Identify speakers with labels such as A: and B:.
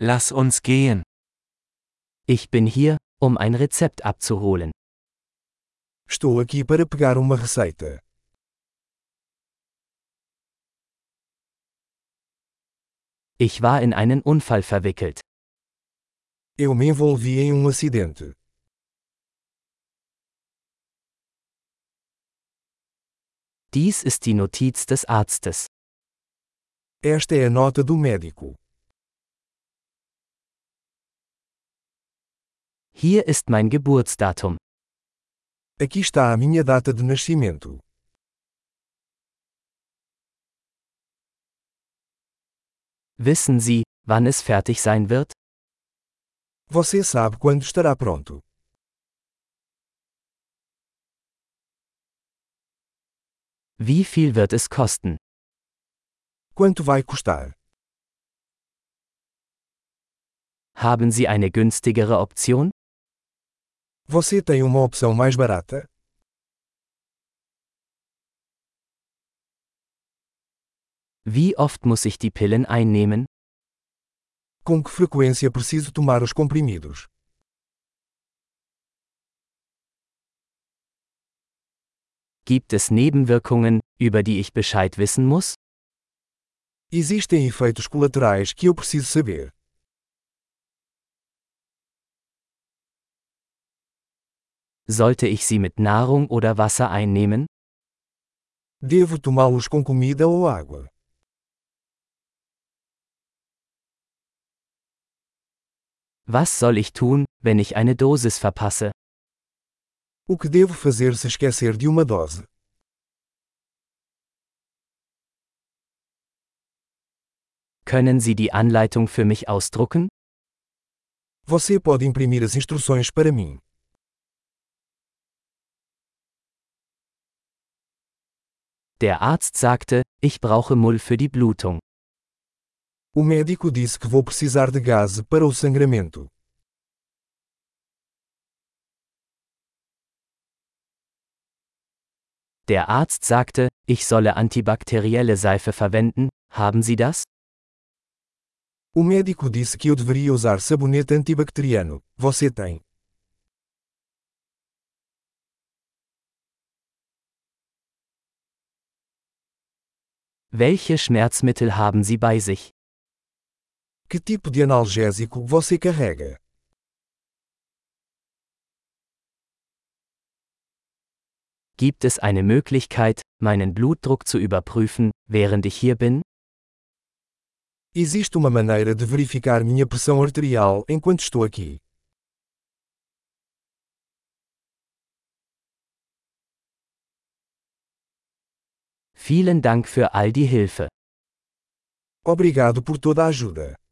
A: Lass uns gehen.
B: Ich bin hier, um ein Rezept abzuholen.
C: Estou aqui para pegar uma receita.
B: Ich war in einen Unfall verwickelt.
C: Eu me envolvi em um acidente.
B: Dies ist die Notiz des Arztes.
C: Esta é a nota do médico.
B: Hier ist mein Geburtsdatum.
C: Aqui está a minha data de nascimento.
B: Wissen Sie, wann es fertig sein wird?
C: Você sabe quando estará pronto.
B: Wie viel wird es kosten?
C: Quanto vai custar?
B: Haben Sie eine günstigere Option?
C: Você tem uma opção mais barata?
B: Wie oft muss ich die Pillen einnehmen?
C: Com que frequência preciso tomar os comprimidos?
B: Gibt es Nebenwirkungen, über die ich Bescheid wissen muss?
C: Existem efeitos colaterais que eu preciso saber.
B: Sollte ich sie mit Nahrung oder Wasser einnehmen?
C: Devo tomá-los com comida ou água?
B: Was soll ich tun, wenn ich eine Dosis verpasse?
C: O que devo fazer se esquecer de uma dose?
B: Können Sie die Anleitung für mich ausdrucken?
C: Você pode imprimir as instruções para mim.
B: Der Arzt sagte, ich brauche Mull für die Blutung.
C: O médico disse que vou precisar de gás para o sangramento.
B: Der Arzt sagte, ich solle antibakterielle Seife verwenden, haben Sie das?
C: O médico disse que eu deveria usar sabonete antibacteriano. Você tem?
B: Welche Schmerzmittel haben Sie bei sich?
C: Que tipo de analgésico você carrega?
B: Gibt es eine Möglichkeit, meinen Blutdruck zu überprüfen, während ich hier bin?
C: Existe uma maneira de verificar minha pressão arterial enquanto estou aqui.
B: Vielen Dank für all die Hilfe.
C: Obrigado por toda a ajuda.